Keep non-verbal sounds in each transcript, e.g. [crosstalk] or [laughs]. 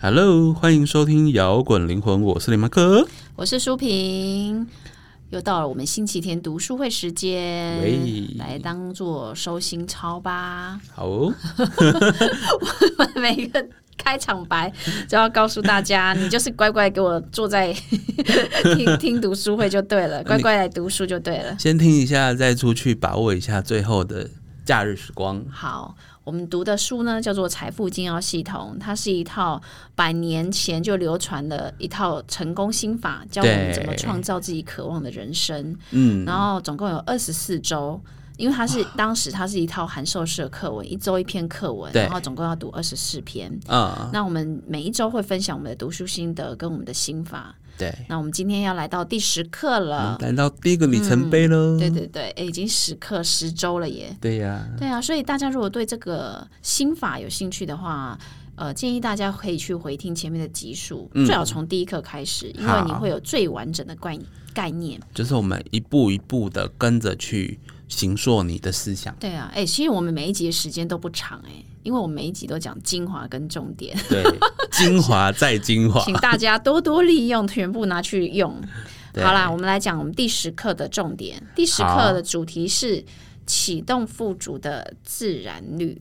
Hello，欢迎收听摇滚灵魂，我是李马克。我是舒平，又到了我们星期天读书会时间喂，来当做收心操吧。 [laughs] 好、哦，我们每个开场白就要告诉 [laughs] 大家，你就是乖乖给我坐在 [laughs] 听听读书会就对了，乖乖来读书就对了。 [laughs] 先听一下，再出去把握一下最后的假日时光。好，我们读的书呢叫做《财富经要系统》，它是一套百年前就流传的一套成功心法，教我们对怎么创造自己渴望的人生。嗯，然后总共有二十四周，因为它是当时它是一套函授式的课文，一周一篇课文，对然后总共要读二十四篇。啊、那我们每一周会分享我们的读书心得跟我们的心法。对，那我们今天要来到第十课了，来到第一个里程碑喽、嗯对对对，诶已经十课十周了耶。对呀、对啊，所以大家如果对这个心法有兴趣的话，呃，建议大家可以去回听前面的集数，嗯最好从第一课开始，因为你好会有最完整的概概念。就是我们一步一步的跟着去行塑你的思 [laughs] 想。对啊，哎、其实我们每一集的时间都不长哎、因为我们每一集都讲精华跟重点，对，精华再精 [laughs] 华请。大家多多利用，全部拿去用。对好啦，我们来讲我们第十课的重点。第十课的主题是启动富足的自然律。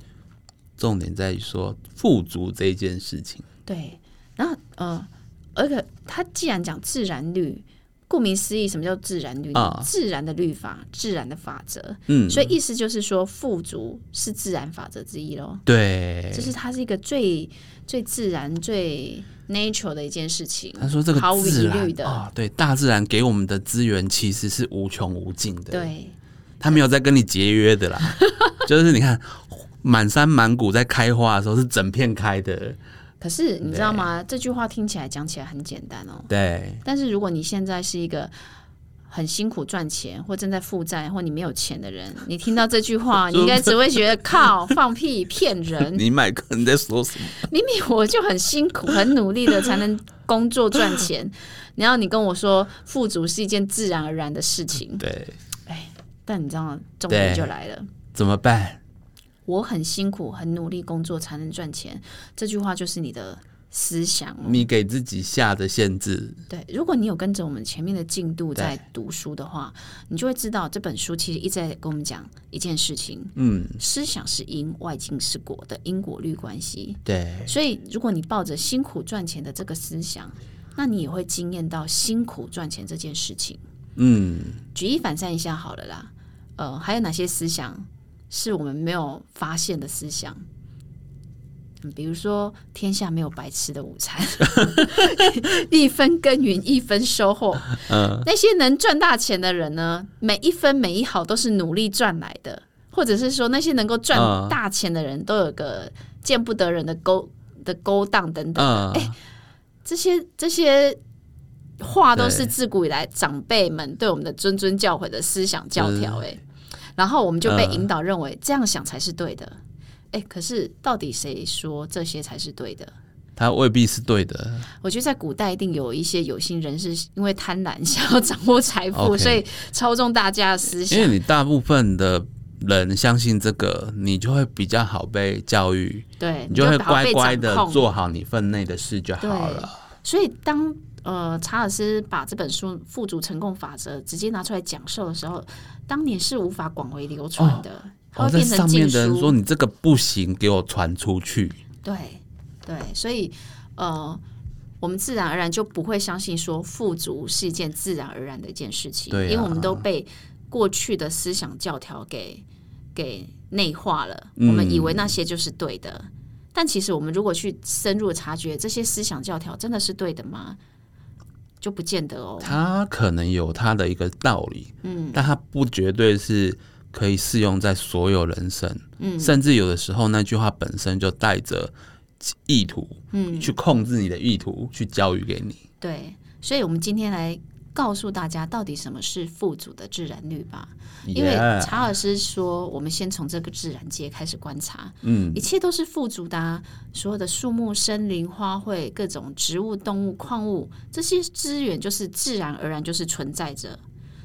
重点在于说富足这件事情。对，然后呃，而且他既然讲自然律，顾名思义，什么叫自然律呢？啊自然的律法，自然的法则。嗯，所以意思就是说，富足是自然法则之一喽。对就，是它是一个最最自然、最 natural 的一件事情。他说这个毫无自疑然虑的，啊、对，大自然给我们的资源其实是无穷无尽的。。对他没有在跟你节约的啦， [laughs] 就是你看满山满谷在开花的时候是整片开的，可是你知道吗？这句话听起来讲起来很简单哦，对但是如果你现在是一个很辛苦赚钱，或正在负债，或你没有钱的人，你听到这 [laughs] 句话，你应该只会觉得靠放屁骗人。你买课你在说什么？明明我就很辛苦、很努力的才能工作赚钱，然后你跟我说富足是一件自然而然的事情，对，但你知道吗重点对就来了。怎么办？我很辛苦、很努力工作才能赚钱，这句话就是你的思想哦。你给自己下的限制，对，如果你有跟着我们前面的进度对在读书的话，你就会知道这本书其实一直在跟我们讲一件事情：嗯，思想是因，外境是果的因果律关系。对所以，如果你抱着辛苦赚钱的这个思想，那你也会惊艳到辛苦赚钱这件事情。嗯，举一反三一下好了啦。呃，还有哪些思想是我们没有发现的思想？嗯比如说，天下没有白吃的午餐， [laughs] 一分耕耘一分收获。嗯那些能赚大钱的人呢，每一分每一毫都是努力赚来的，或者是说那些能够赚嗯大钱的人都有个见不得人的勾的勾当等等。嗯，哎这些这些话都是对自古以来长辈们对我们的谆谆教诲的思想教条、哎，然后我们就被嗯引导认为这样想才是对的，哎、可是到底谁说这些才是对的？他未必是对的，我觉得在古代一定有一些有心人士因为贪婪 [laughs] 想要掌握财富 OK 所以操纵大家的思因想为。你大部分的人相信这个，你就会比较好被教育，对，你就会比较乖被乖掌的控。做好你分内的事就好了。所以当呃查尔斯把这本书《富足成功法则》直接拿出来讲授的时候，当年是无法广为流传的，它哦，会在变成上禁面的人说书。你这个不行，给我传出去。对对，所以呃，我们自然而然就不会相信说富足是一件自然而然的一件事情，对啊因为我们都被过去的思想教条给给内化了，嗯我们以为那些就是对的。但其实，我们如果去深入察觉这些思想教条真的是对的吗？就不见得哦。它可能有它的一个道理，嗯，但它不绝对是可以适用在所有人身，嗯，甚至有的时候那句话本身就带着意图，嗯，去控制你的意图，去教育给你。对，所以我们今天来告诉大家，到底什么是富足的自然律吧。因为 Yeah，查尔斯说，我们先从这个自然界开始观察，嗯，一切都是富足的、啊，所有的树木、森林、花卉、各种植物、动物、矿物，这些资源就是自然而然就是存在着。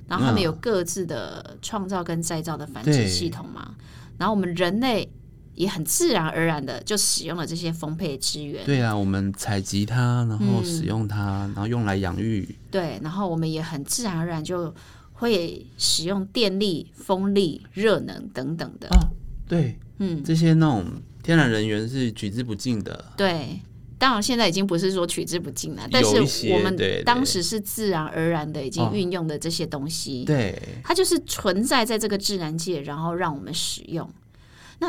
然嗯后他们有各自的创造跟再造的繁殖对系统嘛，然后我们人类也很自然而然的就使用了这些丰沛资源。对啊，我们采集它，然后使用它，然后用来养育。对，然后我们也很自然而然就会使用电力、风力、热能等等的。哦，对，嗯，这些那种天然人员是取之不尽的。对。当然，现在已经不是说取之不尽了，但有一是些我们对对当时是自然而然的已经哦运用的这些东西。对，它就是存在在这个自然界，然后让我们使用。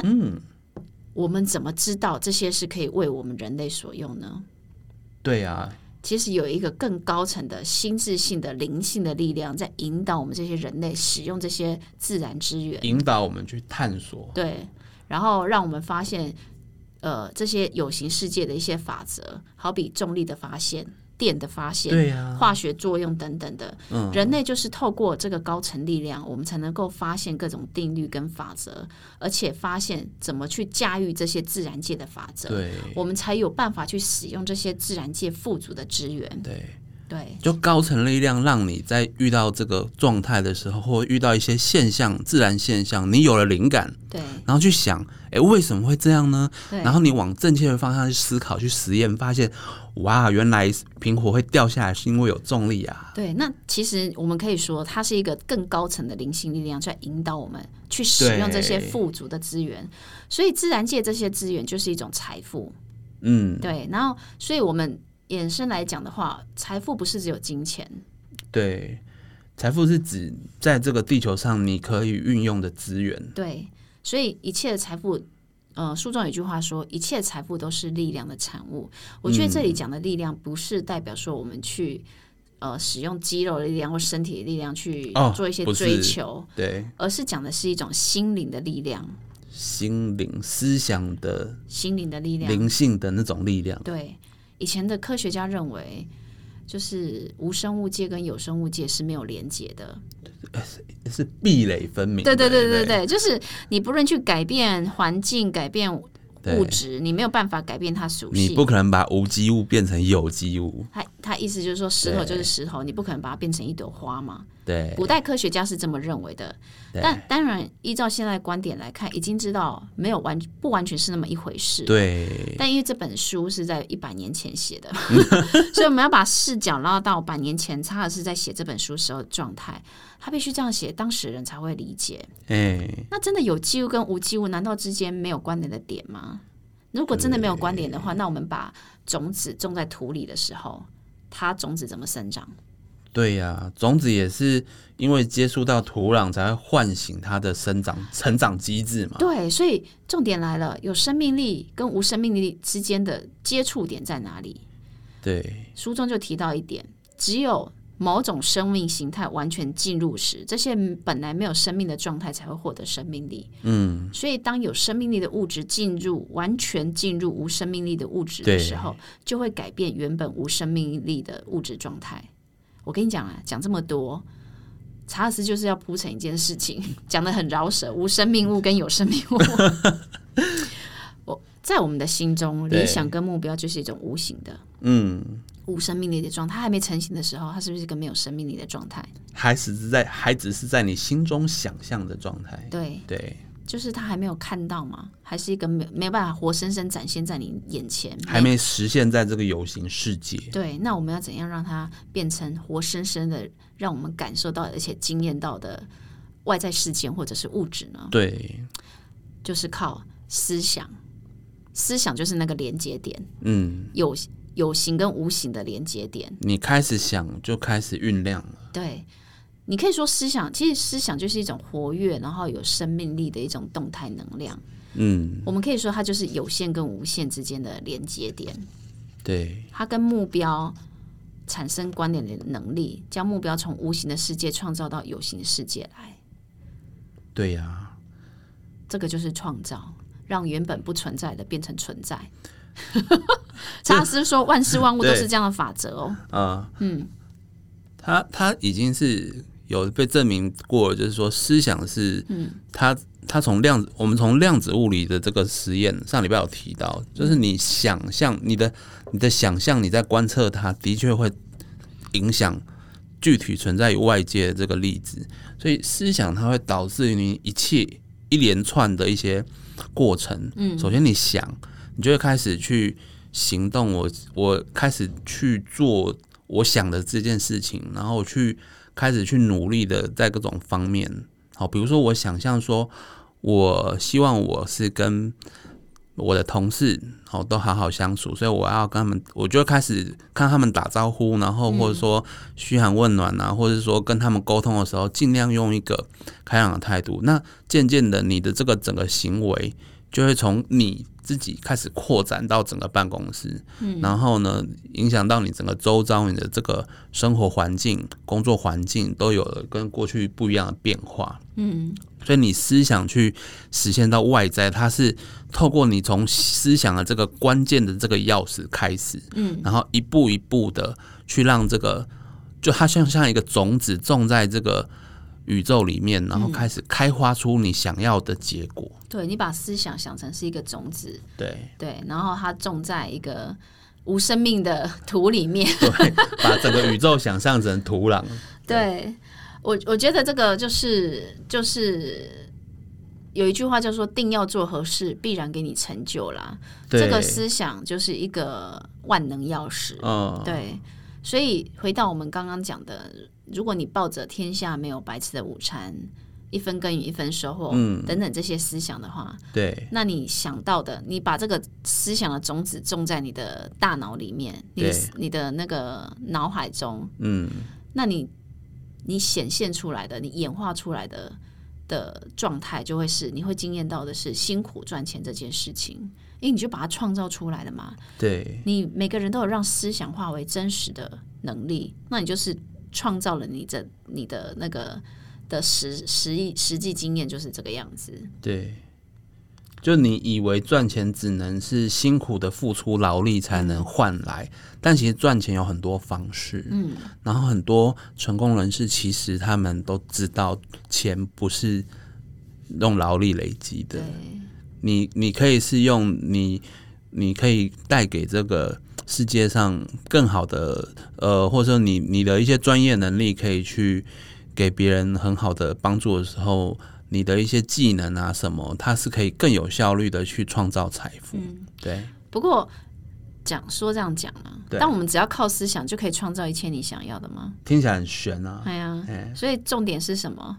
嗯，我们怎么知道这些是可以为我们人类所用呢？对啊，其实有一个更高层的心智性的灵性的力量，在引导我们这些人类使用这些自然资源，引导我们去探索。对，然后让我们发现，呃，这些有形世界的一些法则，好比重力的发现、电的发现、对啊，化学作用等等的。嗯人类就是透过这个高层力量，我们才能够发现各种定律跟法则，而且发现怎么去驾驭这些自然界的法则，对我们才有办法去使用这些自然界富足的资源。对，对，就高层力量让你在遇到这个状态的时候，或遇到一些现象、自然现象，你有了灵感，对，然后去想，诶，为什么会这样呢？对，然后你往正确的方向去思考、去实验，发现，哇，原来苹果会掉下来是因为有重力啊。对，那其实我们可以说，它是一个更高层的灵性力量，在引导我们去使用这些对富足的资源。所以，自然界这些资源就是一种财富。嗯，对，然后，所以我们衍生来讲的话，财富不是只有金钱，对，财富是指在这个地球上你可以运用的资源。对，所以一切的财富，呃，书中有句话说，一切财富都是力量的产物。我觉得嗯这里讲的力量，不是代表说我们去呃使用肌肉的力量或身体的力量去哦做一些不是追求，对，而是讲的是一种心灵的力量，心灵、思想的心灵的力量。灵性的那种力量。对，以前的科学家认为。就是无生物界跟有生物界是没有连接的，是壁垒分明的。对对对对对对，就是你不论去改变环境、改变对物质，你没有办法改变它属性。你不可能把无机物变成有机物。他他意思就是说，石头对就是石头，你不可能把它变成一朵花嘛。对古代科学家是这么认为的，对但当然依照现在观点来看，已经知道没有完不完全是那么一回事。对但因为这本书是在一百年前写的， [laughs] 所以我们要把视角拉到百年前查尔斯在写这本书时候的状态，他必须这样写，当事人才会理解。哎，那真的有机物跟无机物，难道之间没有关联的点吗？如果真的没有关联的话，那我们把种子种在土里的时候，它种子怎么生长？对呀、种子也是因为接触到土壤才会唤醒它的生长成长机制嘛。对，所以重点来了，有生命力跟无生命力之间的接触点在哪里？对书中就提到一点，只有某种生命形态完全进入时，这些本来没有生命的状态才会获得生命力。嗯，所以当有生命力的物质进入完全进入无生命力的物质的对时候，就会改变原本无生命力的物质状态。我跟你讲啊，讲这么多。查尔斯就是要铺成一件事情，讲的很饶舌，无生命物跟有生命 [laughs] 物。我在我们的心中，对理想跟目标就是一种无形的，嗯，无生命力的状态，它还没成型的时候，它是不是一个没有生命力的状态？还只是在还只是在你心中想象的状态。对，对，就是它还没有看到嘛，还是一个没没有办法活生生展现在你眼前。还没实现在这个有形世界。对，那我们要怎样让它变成活生生的，让我们感受到而且惊艳到的外在事件或者是物质呢？对，就是靠思想，思想就是那个连接点，嗯，有有形跟无形的连接点。你开始想就开始酝酿了。对，你可以说思想，其实思想就是一种活跃，然后有生命力的一种动态能量。嗯，我们可以说它就是有限跟无限之间的连接点，对它跟目标产生关联的能力，将目标从无形的世界创造到有形世界来，对呀、这个就是创造。让原本不存在的变成存在。查尔斯说，万事万物都是这样的法则哦。啊，嗯，他他已经是有被证明过，就是说思想是，嗯，他他从量子，我们从量子物理的这个实验上礼拜有提到，就是你想象你的你的想象，你在观测它，的确会影响具体存在于外界的这个例子，所以思想它会导致于你一切一连串的一些过程。嗯，首先你想，你就会开始去行动我。我开始去做我想的这件事情，然后去开始去努力的在各种方面。好，比如说我想象说，我希望我是跟我的同事好都好好相处，所以我要跟他们，我就开始看他们打招呼，然后或者说嘘寒问暖啊，或者说跟他们沟通的时候，尽量用一个开朗的态度。那渐渐的，你的这个整个行为就会从你自己开始扩展到整个办公室，嗯然后呢，影响到你整个周遭，你的这个生活环境、工作环境都有了跟过去不一样的变化。嗯所以你思想去实现到外在，它是透过你从思想的这个关键的这个钥匙开始，嗯，然后一步一步的去让这个，就它像像一个种子种在这个宇宙里面，然嗯后开始开花出你想要的结果。对你把思想想成是一个种子，对对，然后它种在一个无生命的土里面。对，把整个宇宙想象成土壤。对我，我觉得这个就是就是有一句话叫做“定要做合适，必然给你成就”啦。对， [laughs] 这个思想就是一个万能钥匙。嗯，对，所以回到我们刚刚讲的，如果你抱着“天下没有白吃的午餐”。一分耕耘一分收获，嗯等等这些思想的话，对那你想到的，你把这个思想的种子种在你的大脑里面，你的对你的那个脑海中，嗯，那你你显现出来的，你演化出来的的状态，就会是你会惊艳到的是辛苦赚钱这件事情，因为你就把它创造出来了嘛。对你每个人都有让思想化为真实的能力，那你就是创造了你这你的那个的实实际实际经验就是这个样子。对。就你以为赚钱只能是辛苦的付出劳力才能换来，但其实赚钱有很多方式。嗯，然后很多成功人士其实他们都知道钱不是用劳力累积的对，，你你可以是用你你可以带给这个世界上更好的呃，或者说你你的一些专业能力可以去给别人很好的帮助的时候。你的一些技能啊，什么，它是可以更有效率的去创造财富。嗯。对，不过讲说这样讲啊，对但我们只要靠思想就可以创造一切你想要的吗？听起来很悬啊。哎呀，哎，所以重点是什么？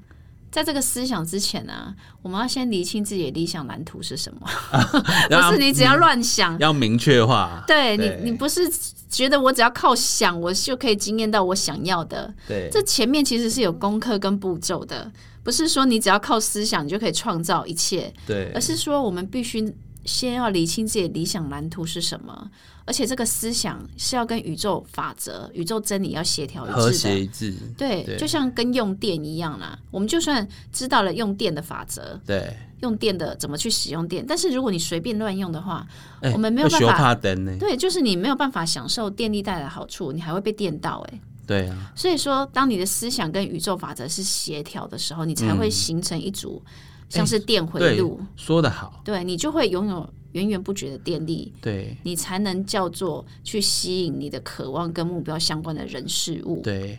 在这个思想之前呢、啊，我们要先厘清自己的理想蓝图是 [laughs] 什么， [laughs] 不要是你只要乱想。要明确化。对嗯对你，你不是觉得我只要靠想，我就可以惊艳到我想要的？对，这前面其实是有功课跟步骤的，不是说你只要靠思想你就可以创造一切，对而，是说我们必须先要理清自己的理想蓝图是什么，而且这个思想是要跟宇宙法则、宇宙真理要协调一致的。和谐一致。对，对就像跟用电一样啦。我们就算知道了用电的法则，对，用电的怎么去使用电，但是如果你随便乱用的话，哎我们没有办会法修怕灯呢。对，就是你没有办法享受电力带来的好处，你还会被电到、欸。对啊，所以说，当你的思想跟宇宙法则是协调的时候，你才会形成一组、像是电回对路，，说的好，哎对你就会拥有源源不绝的电力。对你才能叫做去吸引你的渴望跟目标相关的人事物。对，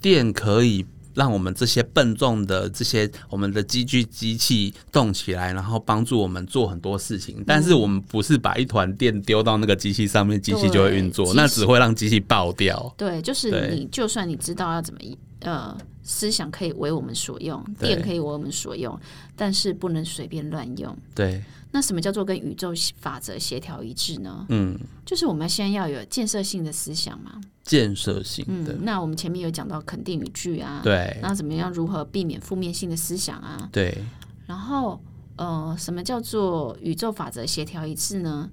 电可以让我们这些笨重的这些我们的机具机器动起来，然后帮助我们做很多事情。但是我们不是把一团电丢到那个机器上面，机器就会运对作，机器那只会让机器爆掉。对，就是对你，就算你知道要怎么呃，思想可以为我们所用，对电可以为我们所用，但是不能随便乱用。对，那什么叫做跟宇宙法则协调一致呢？嗯，就是我们先要有建设性的思想嘛。建设性的，嗯，那我们前面有讲到肯定语句啊，对那怎么样如何避免负面性的思想啊？对然后呃，什么叫做宇宙法则协调一致呢？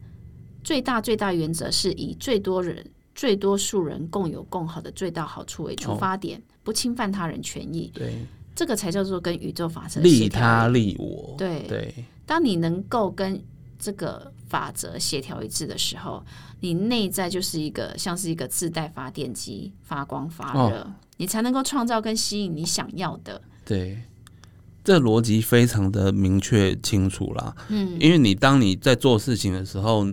最大最大原则是以最多人、最多数人共有共好的最大好处为哦出发点，不侵犯他人权益，对，这个才叫做跟宇宙法则协利调他利我，对对当你能够跟这个法则协调一致的时候，你内在就是一个像是一个自带发电机，发光发哦热，你才能够创造跟吸引你想要的。对，这逻辑非常的明确清楚啦。嗯，因为你当你在做事情的时候，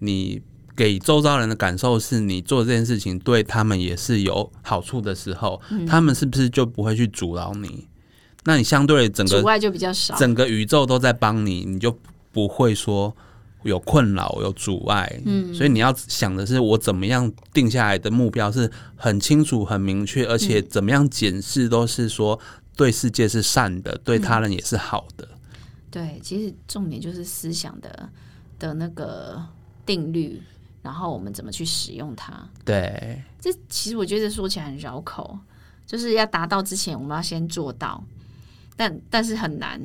你给周遭人的感受是你做这件事情对他们也是有好处的时候，他们是不是就不会去阻挠你？那你相对整阻个碍就比较少。整个宇宙都在帮你，你就不会说有困扰、有阻碍。嗯，所以你要想的是，我怎么样定下来的目标是很清楚、很明确，而且怎么样检视都是说对世界是善的，对他人也是好的。对，其实重点就是思想的的那个定律，然后我们怎么去使用它。对，这其实我觉得说起来很绕口，就是要达到之前，我们要先做到，但但是很难。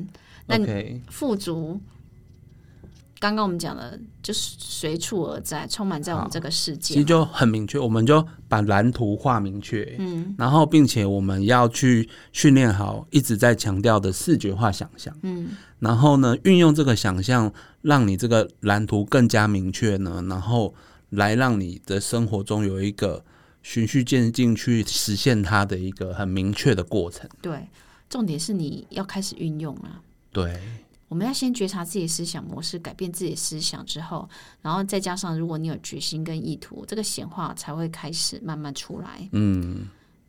那你 OK，富足，刚刚我们讲的，就是随处而在，充满在我们这个世其实界。就很明确，我们就把蓝图画明确。嗯，然后并且我们要去训练好一直在强调的视觉化想象。嗯，然后呢，运用这个想象，让你这个蓝图更加明确呢，然后来让你的生活中有一个循序渐进去实现它的一个很明确的过程。对，重点是你要开始运用啊了。对，我们要先觉察自己的思想模式，改变自己的思想之后，然后再加上如果你有决心跟意图，这个显化才会开始慢慢出来。嗯，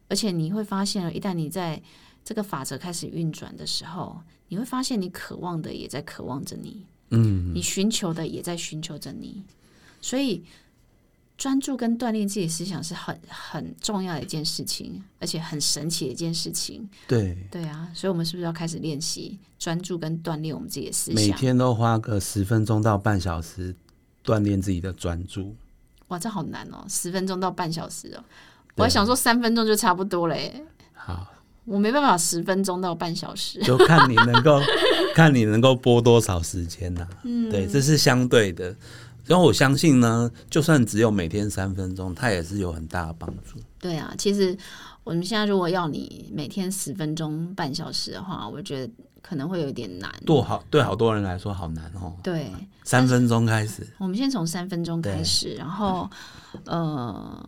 而且你会发现，一旦你在这个法则开始运转的时候，你会发现你渴望的也在渴望着你，嗯，你寻求的也在寻求着你，所以专注跟锻炼自己的思想是很很重要的一件事情，而且很神奇的一件事情。对，对啊，所以我们是不是要开始练习专注跟锻炼我们自己的思每想？天都花个十分钟到半小时锻炼自己的专注。哇，这好难哦，十分钟到半小时哦，我还想说三分钟就差不多嘞，好，我没办法十分钟到半小时。就看你能够看你能够拨多少时间呐、嗯，对，这是相对的。然后我相信呢，就算只有每天三分钟，它也是有很大的帮助。对啊，其实我们现在如果要你每天十分钟、半小时的话，我觉得可能会有一点难。对好对好多人来说好难哦，对，三分钟开始，我们先从三分钟开始，然后呃，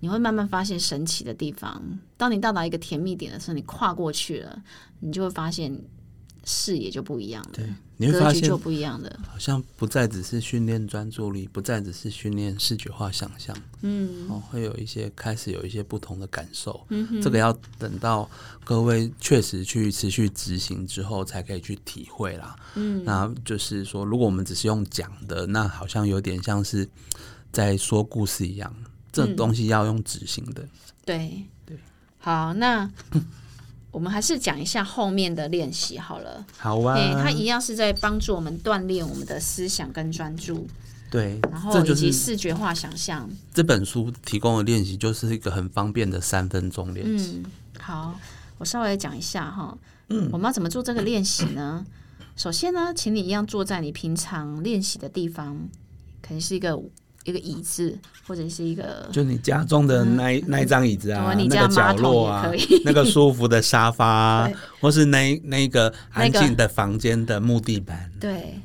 你会慢慢发现神奇的地方。当你到达一个甜蜜点的时候，你跨过去了，你就会发现视野就不一样了，对，你会嗯格发局现就不一样了。好像不再只是训练专注力，不再只是训练视觉化想象，嗯，哦，会有一些开始有一些不同的感受，嗯，这个要等到各位确实去持续执行之后，才可以去体会啦，嗯，那就是说，如果我们只是用讲的，那好像有点像是在说故事一样，这嗯东西要用执行的，对好，那我们还是讲一下后面的练习好了。好对，啊它，一样是在帮助我们锻炼我们的思想跟专注，对，然后这以就及是视觉化想象。这本书提供的练习就是一个很方便的三分钟练习。嗯，好，我稍微讲一下哈。嗯，我们要怎么做这个练习呢？首先呢，请你一样坐在你平常练习的地方，可能是一个一个椅子，或者是一个就你家中的那一、那一张椅子啊，嗯哦你那家个角落马啊桶也可， [laughs] 那个舒服的沙发、啊，或是那一那一个那安个静的房间的木地板。对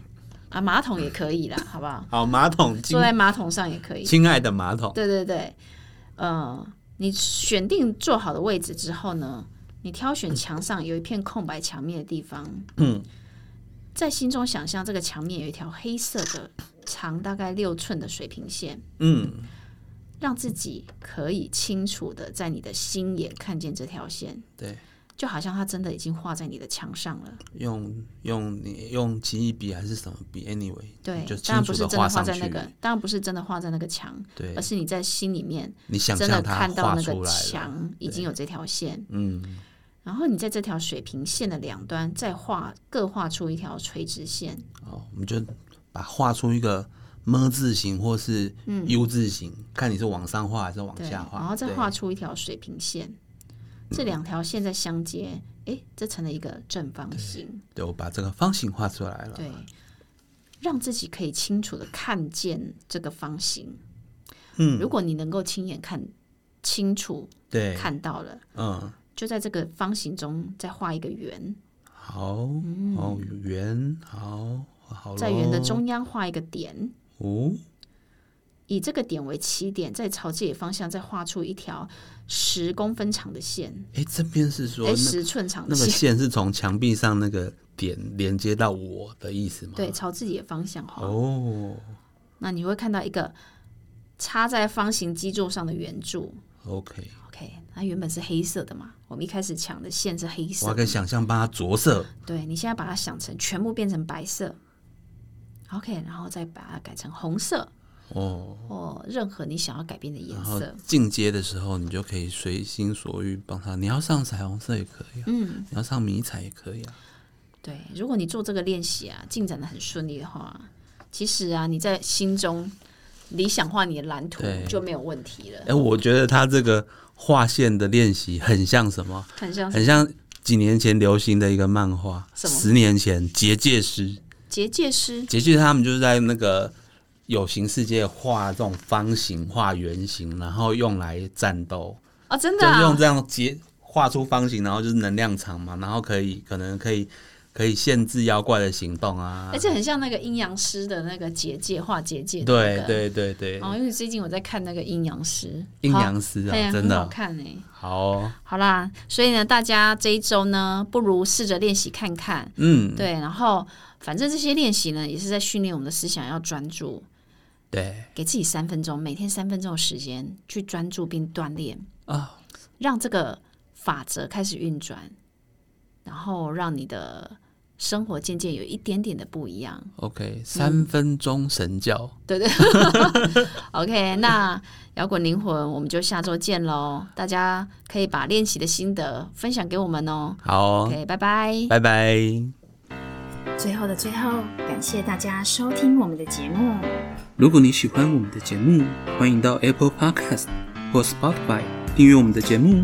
啊马桶也可以啦，好不好？好，马桶，亲坐在马桶上也可以。亲爱的马桶，对对对，呃，你选定坐好的位置之后呢，你挑选墙上有一片空白墙面的地方，嗯，在心中想象这个墙面有一条黑色的长大概六寸的水平线，嗯，让自己可以清楚的在你的心眼看见这条线，对，就好像它真的已经画在你的墙上了。用用你用奇异笔还是什么笔？Anyway，对你就，当清然不楚是地真的画上在那去。个，当然不是真的画在那个墙，对而，是你在心里面你想真的象它看到画那出个来了，墙已经有这条线，嗯，然后你在这条水平线的两端再画各画出一条垂直线，哦，我们就把画出一个么字形或是 U 字形，看你是往上画还是往嗯对，下画，然后再对嗯画出一条水平线，这两条线再相接，诶，这成了一个正方形，对，我把这个方形画出来了。对，让自己可以清楚的看见这个方形。嗯，如果你能够亲眼看清楚对，看到了，嗯，就在这个方形中再画一个圆，好，哦，圆，好，好咯，在嗯圆的中央画一个点，哦，以这个点为起点，再朝自己的方向再画出一条十公分长的线，哎，这边是说哎，那十寸长的那个线， [laughs] 线是从墙壁上那个点连接到我的意思吗？对，，朝自己的方向画。哦，那你会看到一个插在方形基座上的圆柱。 OK， OK，它原本是黑色的嘛，我们一开始抢的线是黑我还色，可以想象帮它着色，对你现在把它想成全部变成白色， OK，然后再把它改成红色哦。或任何你想要改变的颜然后色。进阶的时候，你就可以随心所欲帮他，你要上彩虹色也可以、啊，嗯，你要上迷彩也可以啊。对，如果你做这个练习啊，进展的很顺利的话，其实啊，你在心中理想化你的蓝图对就没有问题了哎、。我觉得他这个划线的练习很像什么？很像很像几年前流行的一个漫画，哦什么十年前《结界师》。结界师，结界他们就是在那个有形世界画这种方形、画圆形，然后用来战斗，哦，真的、就是啊用，这样结画出方形，然后就是能量场嘛，然后可以可能可以可以限制妖怪的行动啊而。且很像那个阴阳师的那个结界画结界的那对个。对对对，哦，因为最近我在看那个阴阳师，阴好阳师对啊，啊，真很好的看哎、好哦，好啦，所以呢，大家这一周呢，不如试着练习看看，嗯，对，然后反正这些练习呢，也是在训练我们的思想要专注，对给自己三分钟，每天三分钟的时间去专注并锻炼，啊，让这个法则开始运转，然后让你的生活渐渐有一点点的不一样。嗯 OK，三分钟神教， [laughs] OK，那摇滚灵魂我们就下周见喽，大家可以把练习的心得分享给我们哦。好哦， OK，拜拜。拜拜。最后的最后，感谢大家收听我们的节目。如果你喜欢我们的节目，欢迎到 Apple Podcast 或 Spotify 订阅我们的节目，